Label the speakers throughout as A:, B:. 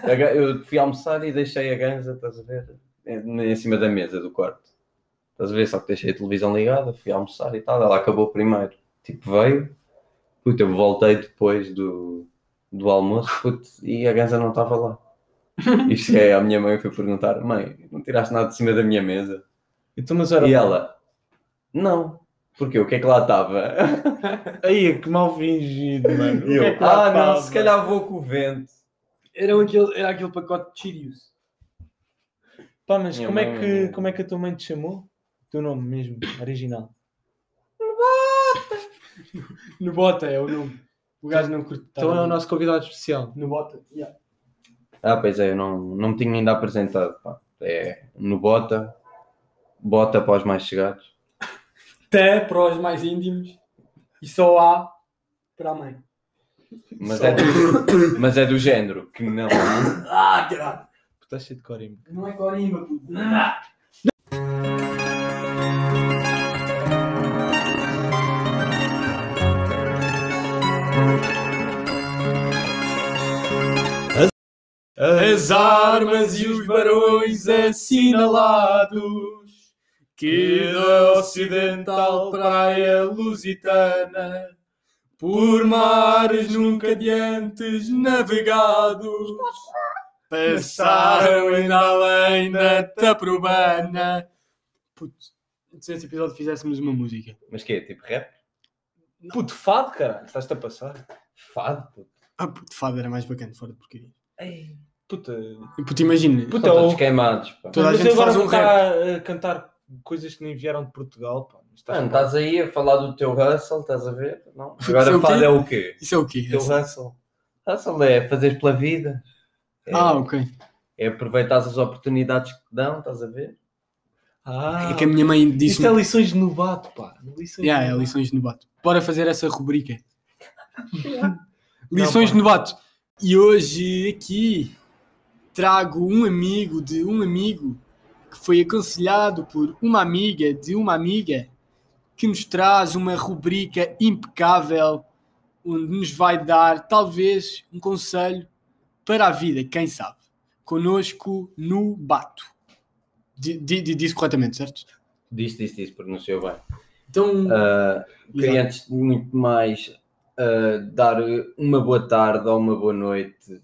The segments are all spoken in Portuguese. A: A ga- Eu fui almoçar e deixei a ganza, estás a ver? Em, em cima da mesa do quarto. Estás a ver? Só que deixei a televisão ligada, fui almoçar e tal. Ela acabou primeiro. Tipo, veio. Puta, eu voltei depois do, do almoço puto, e a ganza não estava lá. E cheguei à minha mãe e fui perguntar: Mãe, não tiraste nada de cima da minha mesa?
B: E tu, Então, mas era.
A: E ela: Não. Porquê? O que é que lá estava?
B: Aí, que mal fingido, mano. O
A: E
B: que
A: eu,
B: é que lá
A: ah, não,
B: tava?"
A: se calhar vou com o vento.
C: Era um aquele, era aquele pacote de Cheerios.
B: Pá, mas
A: Minha
B: como é,
A: mãe-
B: que, como é que a tua mãe te chamou? O teu nome mesmo, original. Tá
C: No Bota é o nome. O gajo não curte. tanto.
B: Então é o nosso convidado especial.
C: No Bota, yeah.
A: Ah, pois é, eu não, não me tinha ainda apresentado. pá. É no Bota, Bota para os mais chegados.
C: Té para os mais íntimos e só há para a mãe.
A: Mas,
C: Só-
A: é do, mas é do género que não. é,
C: Ah, caralho!
B: Puta, Estás cheio de corimbo.
C: Não é corimba, puto. As armas e os barões assinalados que da ocidental praia lusitana por mares nunca de antes navegados passaram ainda além da Taprobana. Putz, se neste episódio fizéssemos uma música.
A: Mas que é? Tipo rap?
B: Puto, fado, caralho. Estás-te a passar.
A: Fado? puto.
C: Ah, puto, fado era mais bacana, fora de porcaria.
B: Puta.
C: Puto, imagina.
B: Puta,
A: Estão todos
B: o-
A: queimados. Pá.
C: Toda a
B: mas
C: gente
B: agora
C: faz
B: vou
C: um rap.
B: estar a- a cantar coisas que nem vieram de Portugal, pá. Mas estás-
A: Mano, estás aí a falar do teu Russell, estás a ver? Não.
C: Isso é
A: Agora
C: o quê?
A: fado é o quê?
C: Isso é o quê?
A: O teu Russell. Russell é fazeres pela vida. É,
C: Ah, ok.
A: é aproveitar as oportunidades que te dão, estás a ver?
B: Ah,
C: É que a minha mãe disse.
B: isto é lições de novato, pá. Lições
C: Yeah,
B: de
C: é
B: novato.
C: lições de novato. Bora fazer essa rubrica. lições de novato. E hoje aqui trago um amigo de um amigo que foi aconselhado por uma amiga de uma amiga que nos traz uma rubrica impecável onde nos vai dar talvez um conselho para a vida, quem sabe. Conosco no Bato. Di- di- di- Disse corretamente, certo?
A: Diz, diz, diz, pronunciou bem.
C: Então,
A: Ah,
C: exato.
A: Queria antes de muito mais eh, dar uma boa tarde ou uma boa noite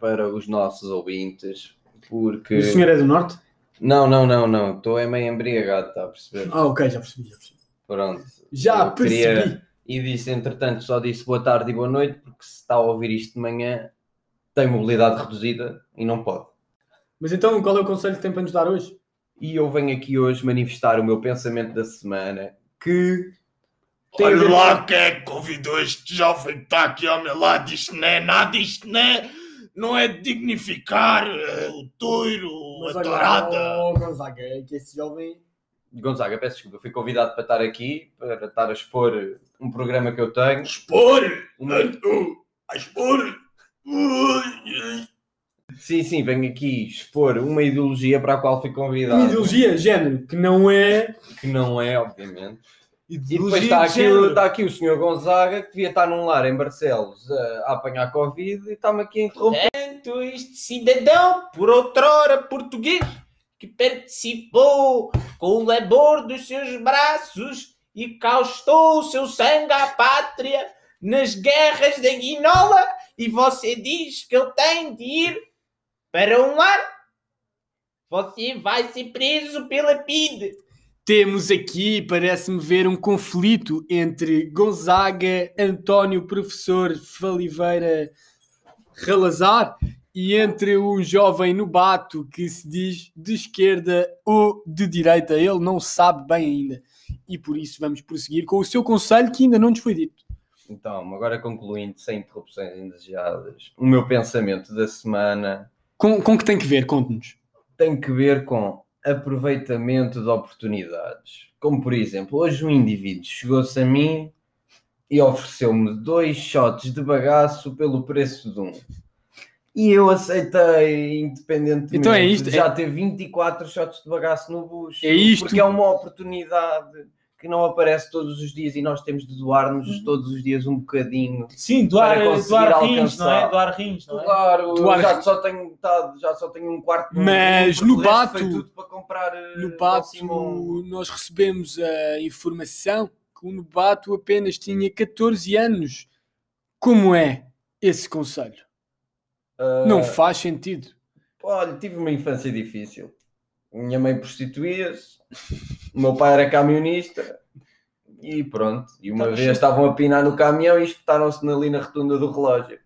A: para os nossos ouvintes, porque.
B: O senhor é do Norte?
A: Não, não, não, não, estou é meio embriagado, está a perceber?
C: Ah, ok, já percebi, já percebi.
A: Pronto.
C: Já
A: Eu queria-
C: percebi.
A: E disse, entretanto, só disse boa tarde e boa noite, porque se está a ouvir isto de manhã, tem mobilidade reduzida e não pode.
C: Mas então, qual é o conselho que tem para nos dar hoje?
A: E eu venho aqui hoje manifestar o meu pensamento da semana, que. Tem a ver-
D: quem é que convidou este jovem que está aqui ao meu lado. Isto não é nada, isto não é, não é de dignificar eh, o touro, a tourada.
C: Oh, Gonzaga, é que esse jovem.
A: Gonzaga, peço desculpa, fui convidado para estar aqui, para estar a expor um programa que eu tenho.
D: Expor!
A: uma-
D: eh, uh, A expor! Ui, eh,
A: Sim, sim, venho aqui expor uma ideologia para a qual fui convidado.
C: Uma ideologia, género, que não é.
A: Que não é, obviamente. E
B: Ideologia
A: depois está
B: de
A: aqui,
B: género.
A: o- está aqui o senhor Gonzaga, que devia estar num lar em Barcelos eh, a, a apanhar Covid e está-me aqui a interromper.
E: Portanto, este cidadão, por outrora português, que participou com o labor dos seus braços e caustou o seu sangue à pátria nas guerras da Guinola, e você diz que ele tem de ir para um lar? Você vai ser preso pela PIDE.
C: Temos aqui, parece-me ver, um conflito entre Gonzaga, António, professor Faliveira Ralazar e entre um jovem novato que se diz de esquerda ou de direita. Ele não sabe bem ainda. E por isso vamos prosseguir com o seu conselho que ainda não nos foi dito.
A: Então, agora concluindo, sem interrupções indesejadas, o meu pensamento da semana
C: Com, com que tem que ver? Conte-nos.
A: tem que ver com aproveitamento de oportunidades. Como, por exemplo, hoje um indivíduo chegou-se a mim e ofereceu-me dois shots de bagaço pelo preço de um. E eu aceitei, independentemente
C: Então é isto,
A: de já ter 24 shots de bagaço no bucho.
C: É isto.
A: Porque é uma oportunidade que não aparece todos os dias e nós temos de doar-nos todos os dias um bocadinho.
B: Sim, doar,
A: Para conseguir
B: doar rins, não é?
A: alcançar.
B: Doar rins, não é?
A: Claro,
F: Doar-
A: já só tenho metade, já só tenho um quarto. do-
F: Mas
A: do que o
F: no
A: resto
F: Bato-
A: foi tudo para comprar eh,
F: No
A: Simão.
F: Bato, nós recebemos a informação que o Nobato apenas tinha 14 anos. Como é esse conselho?
A: Ah,
F: Não faz sentido.
A: Olha, tive uma infância difícil. Minha mãe prostituía-se, o meu pai era camionista e pronto. E uma
F: Tá
B: Estava
A: vez
B: cheio.
A: estavam a pinar no caminhão e espetaram-se na- ali na retunda do relógio.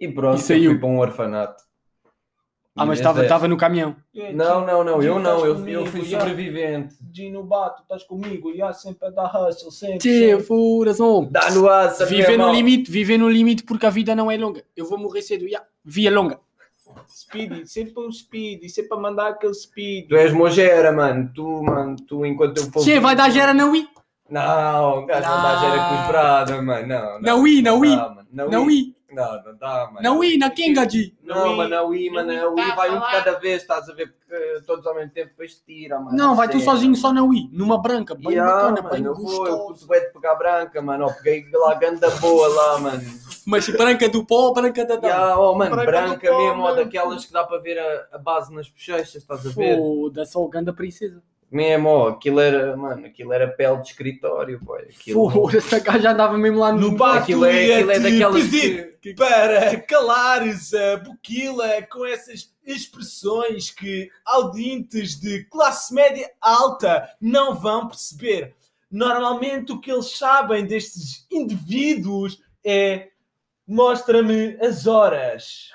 A: E pronto,
F: E
A: eu
F: saiu.
A: fui para um orfanato.
F: Ah,
A: E
F: mas
A: desde
F: estava
A: aí-
F: estava no caminhão.
A: Não, não, não, eu
B: Gino,
A: não, eu,
B: estás
A: eu fui
B: comigo, já.
A: sobrevivente.
B: Gino Bato, estás comigo? Já sempre a dar hustle, sempre.
F: Tchê,
A: Tipo.
B: sempre.
F: furazão.
A: Dá no asa,
F: Viver
A: meu
F: no
A: irmão.
F: limite, viver no limite porque a vida não é longa. Eu vou morrer cedo. Ya, via longa.
B: Speedy, sempre um speedy, sempre para mandar aquele speed.
A: Tu és mogera, mano. Tu, mano, tu enquanto eu for.
F: Tchê, vai dar gera na Wii.
A: Não, gajo, não dá gera com os brados, mano. Não,
F: Na Wii, na
A: não
F: Wii.
A: dá, mano.
F: Na Wii.
A: Não, não dá, mano.
F: Na Wii, na Kenga, G.
A: Não,
B: Não,
A: mano, a Wii, mano, a
B: tá
A: Wii vai um de cada vez, estás a ver, porque todos ao mesmo tempo depois tira, mano.
F: Não, vai tu
A: Sim.
F: sozinho só na Wii. Numa branca, bem
A: Ya,
F: bacana,
A: mano,
F: bem
A: eu vou, eu
F: gostosa.
A: puto bué de pegar branca, mano, ó, peguei lá ganda boa lá, mano.
F: Mas branca do pó, branca da dama.
A: Ya, oh, mano,
B: Branca
A: branca,
B: do pó,
A: mesmo, ó,
B: mano.
A: daquelas que dá para ver a, a base nas bochechas, estás a ver?
F: Foda-se, ó, ganda princesa.
A: Mesmo, ó, aquilo era, mano, aquilo era pele de escritório, boy. Aquilo,
F: Foda-se, a gaja andava mesmo lá no...
B: No bar.
A: aquilo é, aquilo é daquelas que...
B: Para calares a boquila com essas expressões que audientes de classe média alta não vão perceber. Normalmente o que eles sabem destes indivíduos é mostra-me as horas.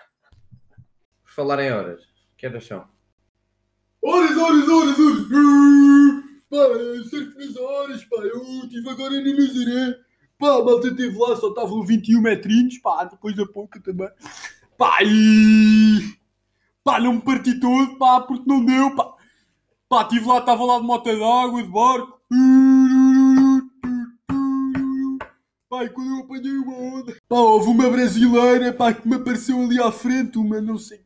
A: Por falar em horas, que horas são?
C: Horas, horas, horas, horas. Brrr. Pá, cerca das horas, pá. Eu estive agora em Nazaré. Pá, a malta esteve lá, só estavam 21 metrinhos, pá, depois a pouca também. Pá, e... Pá, não me parti todo, pá, porque não deu, pá. Pá, estive lá, estava lá de moto d'água, de barco. Pá, e quando eu apanhei uma onda... Pá, houve uma brasileira, pá, que me apareceu ali à frente, uma não sei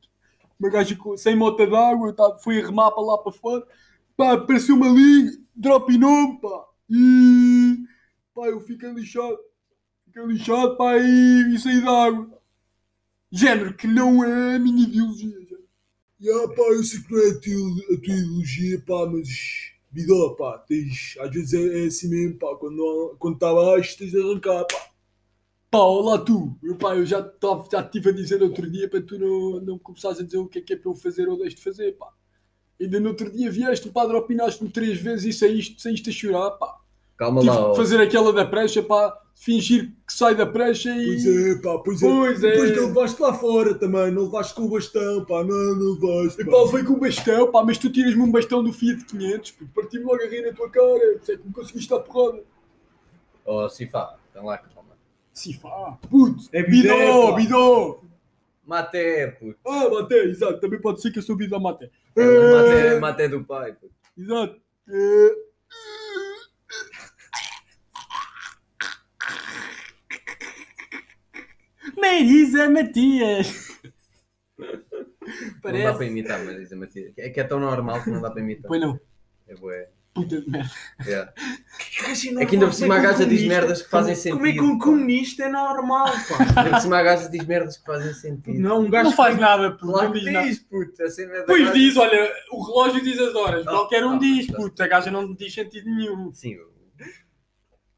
C: uma gaja Um com- sem mota d'água, eu tava- fui a remar para lá para fora, pá, apareceu-me ali, drop e nome, pá, e pá, eu fiquei lixado, fiquei lixado, pá, e, e saí da água. Género que não é a minha ideologia, já. Ya, pá, eu sei que não é a tua, a tua ideologia, pá, mas bidó, pá, tens, às vezes é, é assim mesmo, pá, quando não- quando está baixo tens de arrancar, pá. Pá, olá tu, meu pai, eu já estava- já te estive a dizer outro dia para tu não, não começares a dizer o que é que é para eu fazer ou deixo de fazer, pá. Ainda no outro dia vieste, o padre opinaste-me três vezes e saíste, saíste a chorar, pá.
A: Calma
C: Tive
A: lá, ó.
C: que fazer aquela da prancha, pá, fingir que sai da prancha e... Pois é, pá, pois é. Depois não levaste lá fora também, não levaste com o bastão, pá, não, não levaste. E pá, veio com o bastão, pá, mas tu tiras-me um bastão do Fiat 500, pô, parti-me logo a rir na tua cara, sei que me conseguiste dar porrada.
A: Ó, Sifá, tem lá calma.
C: Sifá, puto,
B: É bidé,
C: bidó,
B: pá.
C: bidó.
A: Maté, puto.
C: Ah, Maté, exato. Também pode ser que eu sou vida Maté.
A: Maté,
C: É,
A: maté do pai, puto.
C: Exato. É.
F: Marisa Matias.
A: Não dá para
F: Parece.
A: imitar, Marisa Matias. É que é tão normal que não dá para imitar.
F: Pois não.
A: É bué. é.
F: Puta de merda.
A: Yeah.
B: Aqui
A: É que ainda por cima a gaja diz merdas que fazem
B: Como é que
A: sentido,
B: um
A: pá.
B: comunista é normal, pá?
A: Ainda por cima a gaja diz merdas que fazem sentido.
B: Não, um gajo
F: Não faz nada, pô.
A: Claro
F: Não
A: que
F: diz nada.
A: diz, puto. A cena é da
F: Pois
A: gaja-
F: diz, olha, o relógio diz as horas,
A: Não,
F: qualquer um
A: não,
F: diz,
A: não.
F: puta, a gaja não diz sentido nenhum.
A: Sim. o-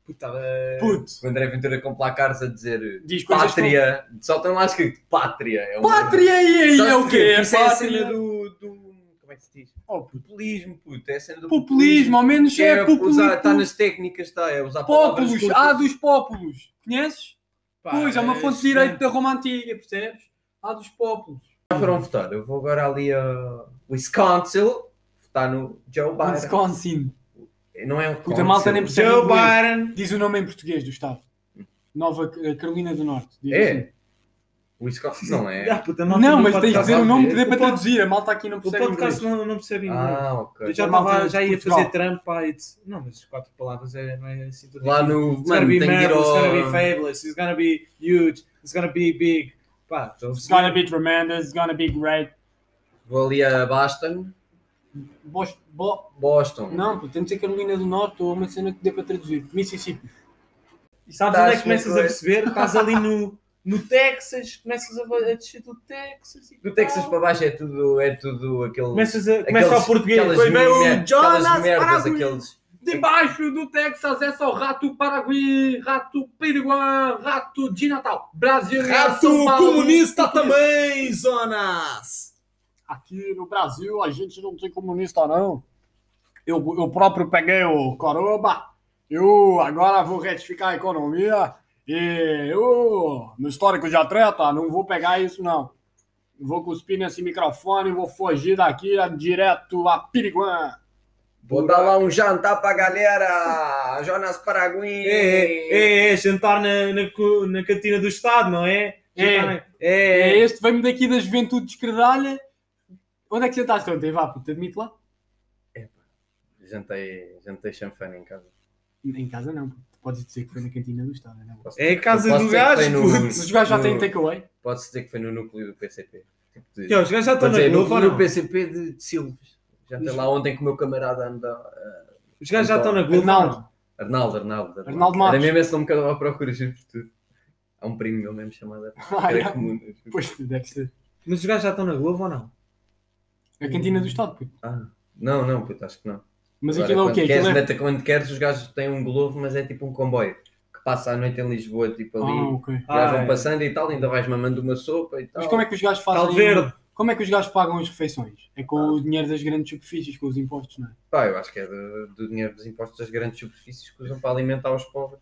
A: Puto, estava...
F: Puto.
A: O André Ventura com placares a dizer...
F: Diz coisas
A: Pátria. Só tem lá escrito Pátria. É um-
F: como- Pátria e aí
A: Sabes
F: é o
A: porquê?
F: quê? É
A: Isso é a
F: pátria.
A: cena do... do- Como é que se diz?
F: Oh, puto.
A: Populismo, puto. É a cena do
F: Populismo, ao menos é, populismo.
A: Está tá nas técnicas, está. É usar palavras
C: ah,
F: Pópulos,
A: curtas.
F: há dos pópulos. Conheces?
A: Pá,
F: pois, é uma fonte de
A: excelente.
F: direito da Roma Antiga, percebes? Há dos pópulos.
A: Já foram votar. Eu vou agora ali a Wisconsin votar no Joe Biden.
F: Wisconsin.
A: Não é um
F: Puta, malta nem percebe
B: Joe
F: inglês.
B: Biden.
F: Diz o nome em português do Estado. Nova eh, Carolina do Norte. diz
A: É.
F: assim.
A: Wisconsin não é.
B: Ah, puta, a malta
F: Não,
B: do
F: mas tens de
B: podcast-
F: dizer o nome
A: a
F: que
A: ver.
F: dê para
B: O pod-
F: traduzir. A malta aqui não
B: O
F: percebe inglês.
B: podcast não, não percebe inglês.
A: Ah,
B: Eu
A: ok.
B: já,
F: A malta
B: tava,
F: de
B: já ia
F: Portugal.
B: fazer trampa e disse, não, mas quatro palavras é, não é assim tudo
A: Lá
B: difícil.
A: no.
B: It's gonna
A: Mano,
B: be
A: tem que ir
B: marvelous, it's gonna be
A: ao.
B: fabulous, it's gonna be huge, it's gonna be big. Pá, então,
F: It's gonna be tremendous, it's gonna be great.
A: Vou ali a Boston.
F: Bos- Bo-
A: Boston.
F: Não, pô, tem de ser Carolina do Norte ou uma cena que dê para traduzir. Mississippi.
B: E sabes
A: Tá,
B: onde é
A: sim,
B: que começas a
A: foi.
B: perceber? Estás ali no, no Texas, começas a, a descer do Texas. e
A: Do Texas
B: tal.
A: para baixo é tudo, é tudo aquele.
B: Começas a, começa
A: aqueles-
B: ao português.
A: aquelas
B: Depois vem
A: mer-
B: o
A: aquelas
B: Jonas
A: merdas,
B: Paraguai.
A: aqueles.
C: Debaixo do Texas é só rato Paraguai, rato Piriguá, rato de Natal. Brasil
F: é
C: um
B: Rato
C: Tá
B: comunista também, Zonas!
C: Aqui no Brasil a gente não tem comunista, não. Eu, eu próprio peguei o Coroba. Eu agora vou retificar a economia. E eu, no histórico de atleta, não vou pegar isso, não. Vou cuspir nesse microfone e vou fugir daqui a- direto a Piriguã.
A: Vou dar lá um jantar para a galera! Jonas Paraguai!
B: É, é, é, jantar na, na, co- na cantina do Estado, não é?
C: É.
B: Jantar na-
C: É
B: é, é.
C: este, vem-me daqui da Juventude de Escredalha. Onde é que sentaste ontem? Vá, puto, admite lá.
A: Jantei, jantei champanhe em casa.
C: Em casa não, puto. podes dizer que foi na cantina do Estado, não é?
A: Posso-
B: É a casa
A: posso
B: do
A: dizer que
B: gajo,
A: foi no-
B: puto.
C: Mas os gajos já
A: no-
C: têm takeaway.
A: Posso dizer que foi no núcleo do PCP. Tipo de-
B: Que é, Os gajos já
A: Pode
B: estão na
A: dizer,
B: Globo,
A: núcleo
B: ou
A: do
B: não?
A: PCP de, de Silves. Jantei lá ontem com o meu camarada anda,
B: Os
A: Então.
B: gajos já estão na Globo.
C: Arnaldo.
A: Arnaldo, Arnaldo. Era
C: Arnaldo Matos.
A: mesmo esse nome que eu estava à procura, juro por tudo. Há um primo meu mesmo chamado Arnaldo.
C: Ah,
A: Era
C: é.
A: comum.
C: Pois, é deve ser.
B: Mas os gajos já estão na Globo ou não?
C: A cantina do Estado, puto.
A: Ah, não, não, puto, acho que não.
C: Mas
A: Agora,
C: aquilo é o
A: quando
C: quê?
A: Queres,
C: Aquilo é...
A: meta- Quando queres, os gajos têm um globo, mas é tipo um comboio que passa a noite em Lisboa, tipo ali.
C: Ah, ok.
A: Os gajos
B: Ah,
A: vão
B: é.
A: passando e tal, ainda vais mamando uma sopa e tal.
C: Mas como é que os gajos fazem...
B: Tal verde.
C: Como é que os gajos pagam as refeições? É com o dinheiro das grandes superfícies, com os impostos, não é?
A: Pá, eu acho que é do, do dinheiro dos impostos das grandes superfícies que usam para alimentar os pobres,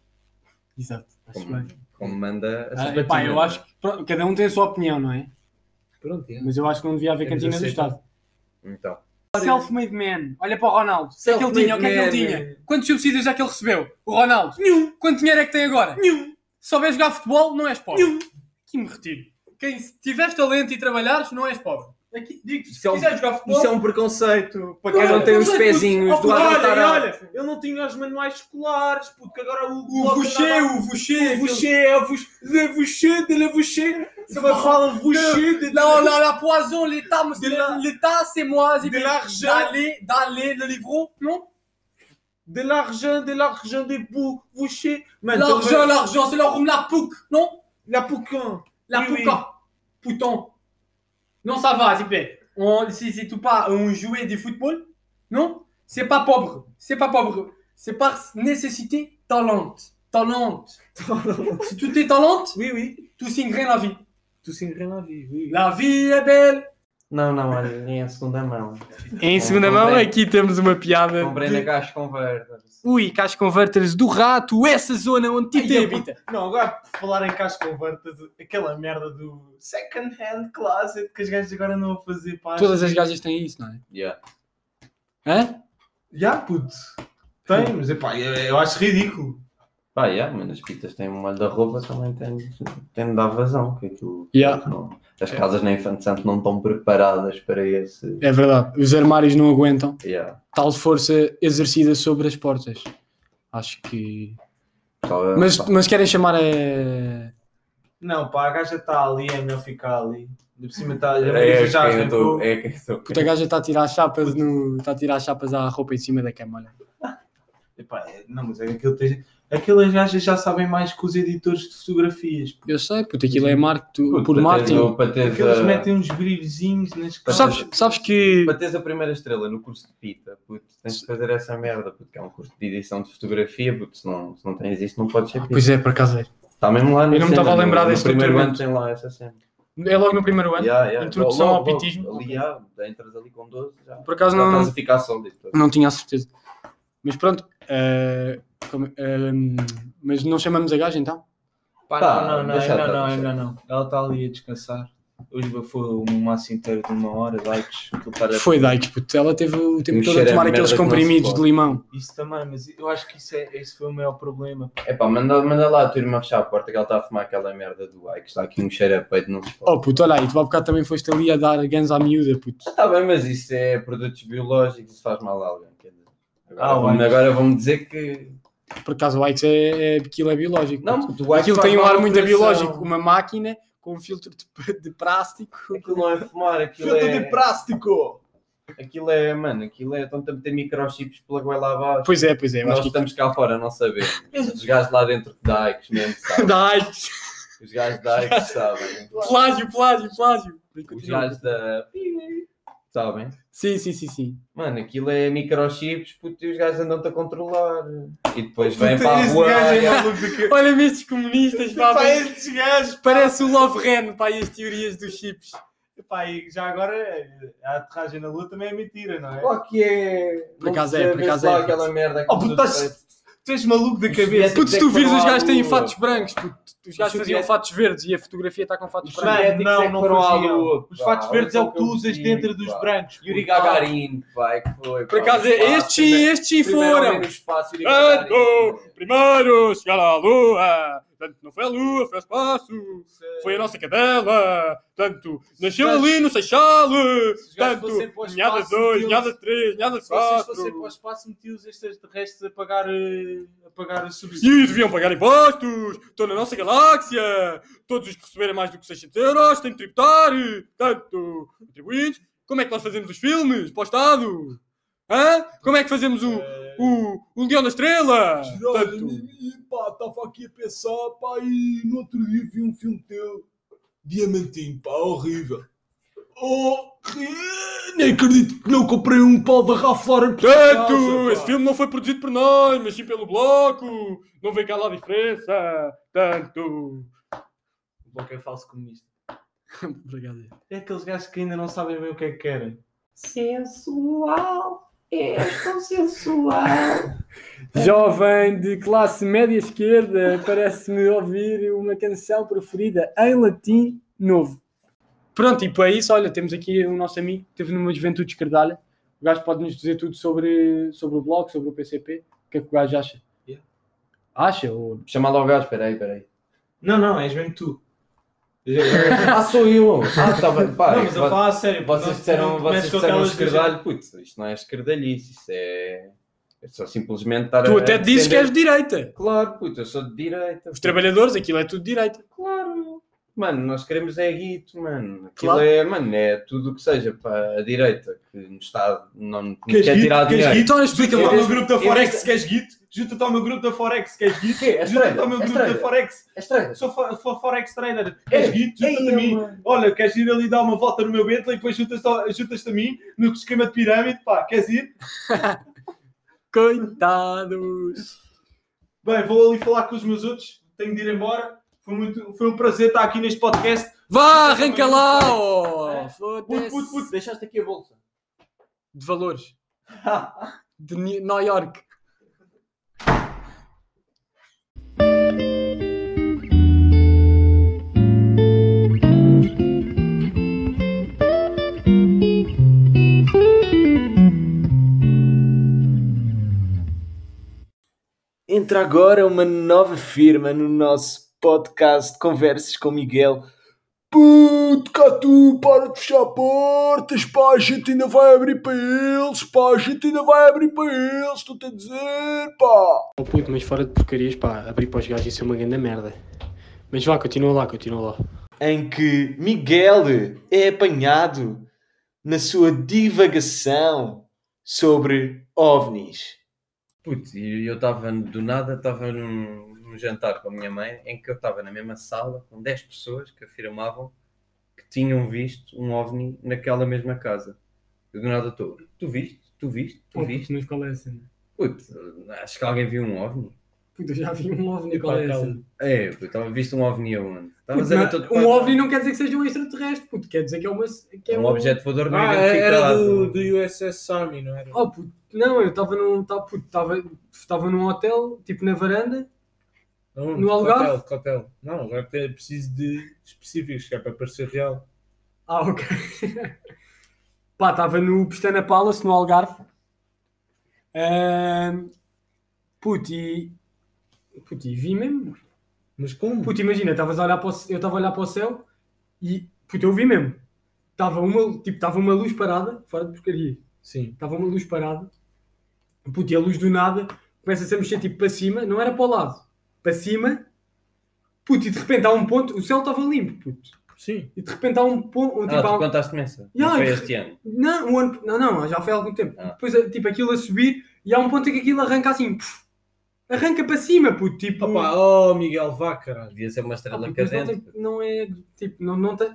C: Exato. Acho
A: Como-
C: bem.
A: como manda a
C: Ah,
A: sabatina,
C: epá,
A: não
C: eu
A: é?
C: acho que pronto, cada um tem a sua opinião, não é?
B: Pronto, é.
C: Mas eu acho que não devia haver
A: Eu
C: cantina do
A: aceito.
C: Estado.
A: Então,
C: Self-made man. Olha para o Ronaldo. O que é que ele tinha? O que é que ele
A: Self-made
C: tinha? Quantos subsídios é que ele recebeu? O Ronaldo? Nenhum. Quanto dinheiro é que tem agora? Nenhum. Se souberes jogar futebol, não és pobre. Nenhum. Aqui me retiro. Quem, se tiveres talento e trabalhares, não és pobre. Aqui te digo, se
A: Isso é um-
C: quiseres jogar futebol...
A: isso é um preconceito para quem
C: Não,
A: não tem os
C: preconceito,
A: pezinhos do lado do
B: olha,
A: tarado.
B: olha, eu não tinha os manuais escolares, porque agora o.
C: O Vuxê,
B: o
C: o Vuxê. aquele-
B: Vuxê, o Vuxê, le Vuxê, de le Vuxê. Se me falam Vuxê, um de
C: Là, on a la poison, l'État, monsieur,
B: De la-
C: l'État, c'est moi,
B: de
C: c'est bien.
B: l'argent.
C: D'aller, d'aller, le livron, non?
B: de l'argent, de l'argent, de bou, Vuxê. Mano,
C: L'argent,
B: então,
C: l'argent, c'est leur room, la pouc, non?
B: La Poucan.
C: La
B: Oui, oui.
C: pouca. Pouton. Non, ça va, s'il te plaît. On, si c'est tout pas, on jouait du football. Non, c'est pas pauvre. C'est pas pauvre. C'est par nécessité, talente. Talente. si tout est talente,
B: Oui, oui.
C: tout s'ingrène la vie.
B: Tu sem grana vi, oui.
C: La vie est belle.
A: Não, não, olha, nem a segunda mão.
C: É
F: Em segunda
A: Compreendo.
F: mão, aqui temos uma piada.
A: Compreenda que acho que conversa.
F: Ui, Cash Converters do Rato, essa zona onde Tite
B: Ai, eu-
F: habita.
B: Não, agora por falar em casco convertas, aquela merda do second hand closet que as gajas agora não vão fazer paz.
F: Todas as gajas têm isso, não é?
A: Yeah.
F: Hã?
B: Já, puto. Tem, mas epá, eu, eu acho ridículo.
A: Pá, yeah, mas as pitas têm um olho da roupa, também tem, tem de dar vazão. Que aquilo,
F: Yeah.
A: não- as casas na Infante Santo não estão preparadas para esse.
F: É verdade, os armários não aguentam.
A: Yeah.
F: Tal força exercida sobre as portas. Acho que.
A: Estava-
F: Mas,
A: pá,
F: mas querem chamar a.
B: Não, pá, a gaja está ali, é melhor ficar ali. De por cima está.
A: é,
B: já
A: quem eu tô-
B: arrancou.
A: é quem eu tô-
F: Puta a gaja está a tirar as chapas no. Está a tirar as chapas à roupa em cima da cama, olha.
B: Epá, é- não, mas é que aquilo tem- Aquelas gajas já sabem mais que os editores de fotografias.
F: Eu sei, puta, aquilo é marketing
A: Puto,
F: por
A: para
F: marketing.
A: teres o- Para teres,
B: Porque eles
A: a-
B: metem uns brilhozinhos nas
F: Tu Sabes, sabes que.
A: para teres a primeira estrela no curso de pita, puto, tens de fazer essa merda, porque é um curso de edição de fotografia, puto, se não, se não tens isso não podes ser pita.
F: Pois é, por acaso é.
A: Está mesmo lá na
F: Eu não me
A: cena,
F: estava a lembrar
A: no- no
F: desse
A: primeiro
F: doutor
A: ano tem lá essa cena.
F: É logo no primeiro ano.
A: Yeah, yeah.
F: Introdução
A: Logo,
F: ao
A: logo,
F: pitismo.
A: Ali, yeah, entras ali com 12, já,
F: Por acaso
A: já
F: não,
A: estás a ficar sólido.
F: não tinha a certeza. Mas pronto. eh, como- ehm, mas não chamamos a gaja então?
B: Pá,
A: Tá,
B: não, não, não,
A: deixa
B: ainda
A: estar,
B: não,
A: deixa tá.
B: ainda não. Ela está ali a descansar. Hoje foi um maço inteiro de uma hora, likes, aquilo para
F: Foi Dykes, puto. Ela teve o tempo
A: O
F: todo a
A: cheiro é
F: tomar
A: merda
F: aqueles
A: que não se
F: comprimidos
A: pode.
F: de limão.
B: isso também, mas eu acho que isso é, esse foi o maior problema.
A: É pá, manda, manda lá a tua irmã fechar a porta que ela está a fumar aquela merda do ai, que está aqui um cheiro a peito, não se pode.
F: Oh puto, olha aí, tu há bocado também foste ali a dar gans à miúda, puto.
A: Ah, tá bem, mas isso é produtos biológicos, isso faz mal a alguém. quer dizer.
B: Ah,
A: Agora, vão-me- agora vão-me dizer que.
F: Por acaso o Aix é, é, aquilo é biológico.
A: Não,
F: puto.
A: puto, o Ike
F: aquilo
A: faz
F: tem um
A: mal
F: ar
A: ao
F: muito
A: coração.
F: biológico. Uma máquina com um filtro de, de plástico.
A: Aquilo não é fumar, aquilo
B: Filtro
A: é.
B: de plástico!
A: Aquilo é, mano, aquilo é. Estão a meter microchips pela goela abaixo.
F: Pois é, pois é. Eu
A: Nós
F: acho que...
A: estamos cá fora, não sabemos. Os gajos lá dentro de Dykes mesmo, sabem?
F: Dai,
A: Os gajos de Dykes sabem.
F: plágio, plágio, plágio.
A: Os gajos da. Sabem?
F: Sim, sim, sim, sim.
A: Mano, aquilo é microchips, puto, e os gajos andam-te a controlar. E depois
B: Puta,
A: vêm para a
B: esse
A: rua.
B: gajo é
A: e-
B: maluco do que-
F: Olha-me estes comunistas, pá.
B: Pá, estes gajos.
F: Parece o Love Ren, pá, e as teorias dos chips.
B: Pá, e já agora a aterragem na lua também é mentira, não é?
A: Claro que é.
F: Por acaso é,
A: precisa
F: por
A: ver
F: acaso
A: só
F: é.
A: aquela merda que
B: Oh, puto,
A: os outros
B: estás-
A: fazem.
B: Tu és maluco da cabeça.
F: Puto, se
A: é
F: tu vires, os gajos têm fatos brancos. Puto. Os
A: Os
F: gajos faziam
A: soviéticos-
F: fatos verdes e a fotografia está com fatos
A: Os
F: brancos.
B: Mano,
A: soviéticos é
B: não,
A: que
B: não
A: foram à
B: faziam.
A: lua,
B: Os
A: pá,
B: fatos verdes é
A: olha
B: o que tu usas
A: vi,
B: dentro dos
A: pá.
B: brancos.
A: Yuri
B: puto.
A: Gagarin, pai, que foi.
F: Por
A: pá,
F: acaso,
B: é,
A: no espaço,
F: estes sim, estes sim
A: primeiro- primeiro
F: foram.
A: homem no espaço, Yuri
F: Tanto,
A: Gagarin.
F: primeiro, chegar à lua. Tanto, não foi a lua, foi o espaço. Foi a nossa cadela. Tanto, nasceu
B: gajos-
F: ali no Seixal.
B: os gajos
F: Tanto,
B: fossem para o
F: ninhada
B: espaço,
F: 2,
B: deles-
F: ninhada 3, ninhada
B: Se vocês fossem
F: 4.
B: para o espaço, metiam os extraterrestres a pagar, eh, a pagar a subsídio.
F: E deviam pagar impostos! Estou na nossa galáxia! Todos os que receberem mais do que 600 euros têm de tributar! Tanto, contribuintes, como é que nós fazemos os filmes para o Estado? Hã? Como é que fazemos o, o, o Leão da Estrela? Tanto,
B: pá, estava aqui a pensar, pá, e no outro dia vi um filme teu, Diamantino, pá, horrível. Oh, nem acredito que não comprei um pau da Raflora.
F: tanto, esse filme não foi produzido por nós, mas sim pelo Bloco! Não vem cá lá a diferença! Tanto!
B: O bloco é falso comunista.
F: Obrigado.
B: É aqueles gajos que ainda não sabem bem o que é que querem.
G: Sensual, é tão sensual.
F: Jovem de classe média esquerda, parece-me ouvir uma canção preferida em latim novo. Pronto, e para isso, olha, temos aqui o nosso amigo que esteve numa juventude escardalha. O gajo pode-nos dizer tudo sobre, sobre o blog, sobre o PCP. O que é que o gajo acha?
B: Yeah.
F: Acha? Ou...
A: Chama lá o gajo, peraí, peraí.
B: Não, não, és mesmo tu.
A: Ah, sou eu! Ah, tá bem, pá.
B: não, mas eu
A: vo-
B: falo a sério.
A: Vocês disseram, vocês disseram
B: disseram
A: escardalho, putz, isto não é escardalhice, isto é. É só simplesmente estar
F: Tu
A: a-
F: até
A: a
F: dizes que é és
A: defender-
F: de direita.
A: Claro, puto, eu sou de direita.
F: Os trabalhadores, aquilo é tudo de direita.
A: Claro. Mano, nós queremos é guito, mano. Aquilo
F: Claro.
A: é, mano, é tudo o que seja para a direita que nos está, não nos
B: Queres
A: quer
B: guito?
A: tirar
B: Queres
A: dinheiro.
F: Então explica
B: Junta-te ao
F: lá.
B: meu grupo da Forex
A: eu-
B: se queres guito. Junta-te ao meu grupo da Forex se queres guito.
A: Quê? É
B: Junta-te
A: estranho,
B: ao meu
A: é
B: grupo da
A: estranho.
B: Forex.
A: É estranho. É,
B: Sou, fo- sou Forex trader. Queres guito? Junta-te a
A: Ei,
B: mim.
A: mano.
B: Olha, queres ir ali dar uma volta no meu Bentley e depois juntas-te ao- juntas-te a mim no esquema de pirâmide? Pá, queres ir?
F: Coitados.
B: Bem, vou ali falar com os meus outros. Tenho de ir embora. Foi, muito, foi um prazer estar aqui neste podcast.
F: Vá, arranca lá! ó.
B: Puto, puto,
F: Foda-se.
B: puto, deixaste aqui a bolsa.
F: de valores de Ni- Nova York.
B: Entra agora uma nova firma no nosso podcast Conversas com Miguel.
H: Puto, cá tu, para de fechar portas, pá, a gente ainda vai abrir para eles, pá, a gente ainda vai abrir para eles, estou-te a dizer, pá.
C: Oh puto, mas fora de porcarias, pá, abrir para os gajos isso é uma grande merda. Mas vá, continua lá, continua lá.
B: Em que Miguel é apanhado na sua divagação sobre ovnis.
A: Putz, e eu estava do nada, estava num, num jantar com a minha mãe em que eu estava na mesma sala com 10 pessoas que afirmavam que tinham visto um ovni naquela mesma casa. Eu do nada estou, tu viste, tu viste, tu viste.
C: mas qual é a cena?
A: Putz, acho que alguém viu um ovni.
C: Puto, eu já vi um ovni,
A: qual é a cena? É, puto, estava visto um ovni aonde? Estavas a ver todo
C: um
A: quadro.
C: ovni não quer dizer que seja um extraterrestre, puto, quer dizer que é uma... Que é
A: um objeto voador não
C: Ah,
A: identificado.
B: USS Army, não era?
C: Oh puto, não, eu estava num, tá, puto, estava- estava num hotel, tipo na varanda,
B: Então,
C: no Algarve?
I: Hotel, hotel. Não, agora é preciso de específicos, que é para parecer real.
C: Ah, ok. Pá, estava no Pestana Palace, no Algarve. Ahm, puto, e... Puto, e vi mesmo.
I: Mas como?
C: Puto, imagina, estavas a olhar para o c- eu estava a olhar para o céu e... Puto, eu vi mesmo. Estava uma, tipo, estava uma luz parada, fora de porcaria.
I: Sim.
C: Estava uma luz parada. Puto, e a luz do nada começa-se a mexer tipo para cima. Não era para o lado. Para cima. Puto, e de repente há um ponto... O céu estava limpo, puto.
B: Sim.
C: E de repente há um ponto. um,
A: Ah,
C: tipo, há
A: tu
C: um-
A: contaste-me essa. Não
C: Yeah,
A: foi
C: eu-
A: este ano.
C: Não, um ano- não, não, já foi há algum tempo.
A: Ah.
C: Depois, eh, tipo, aquilo a subir e há um ponto em que aquilo arranca assim. puf, arranca para cima, puto. Tipo,
B: Opa, oh Miguel, vá caralho.
A: Devia ser uma
C: ah,
A: estrela
C: puto, mas não,
A: cadente.
C: tem- não é. Tipo, não, não tem.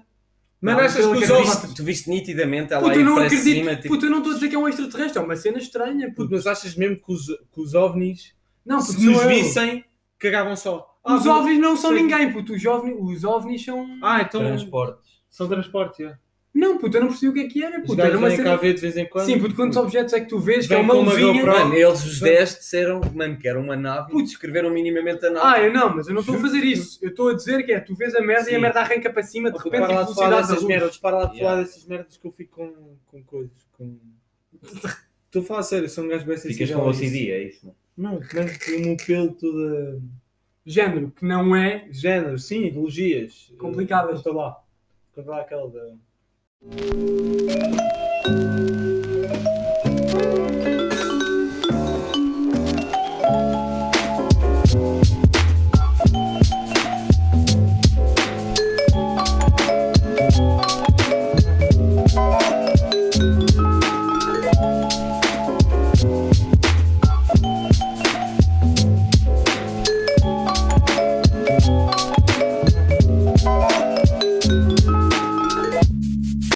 B: Mas
C: Não,
B: achas
C: pelo
B: que
C: que
B: os
C: eu vi-
B: ovos.
A: Viste- tu viste nitidamente ela
C: Puto,
A: aí
C: eu não
A: para
C: acredito.
A: cima. Tipo,
C: Puto, eu não estou a dizer que é um extraterrestre, é uma cena estranha, puto.
B: Puto, Mas achas mesmo que os, que os ovnis,
C: Não, puto,
B: se nos
C: sou eu.
B: vissem, cagavam só? Ah,
C: Os
B: vou-
C: ovnis não são
B: Sim.
C: ninguém, puto. Os ovnis, os ovnis são.
B: Ah, então.
A: transportes.
B: São transportes, é.
C: Não, puto, eu não percebi o que é que era,
B: Os
C: puto. Era
B: gajos
C: uma
B: vêm cá
C: cena.
B: ver de vez em quando.
C: Sim, puto, quantos objetos é que tu vês? Que é
B: Vem
C: uma
B: com uma
C: luzinha.
B: GoPro.
A: Mano, eles os 10 disseram mano, que era uma nave e descreveram minimamente a
C: Ah,
A: nave.
C: eu não, mas eu não estou a fazer isso. Eu estou a dizer que é, tu vês a merda e
B: Sim.
C: a merda arranca para cima, de
B: Opa,
C: repente,
B: para
C: a
B: lá de falar
C: velocidade da
B: dessas
C: luz.
B: merdas, para lá de
A: Yeah.
B: falar dessas merdas que eu fico com, com coisas. Com... Estou a falar sério, eu sou um gajo bem sensível.
A: Ficas com
B: a
A: o
B: isso.
A: OCD, é isso?
B: Não, tem o meu pelo todo
C: Género, que não é.
B: a- género, sim, ideologias.
C: Complicadas.
B: Estou lá. Conta lá aquela da.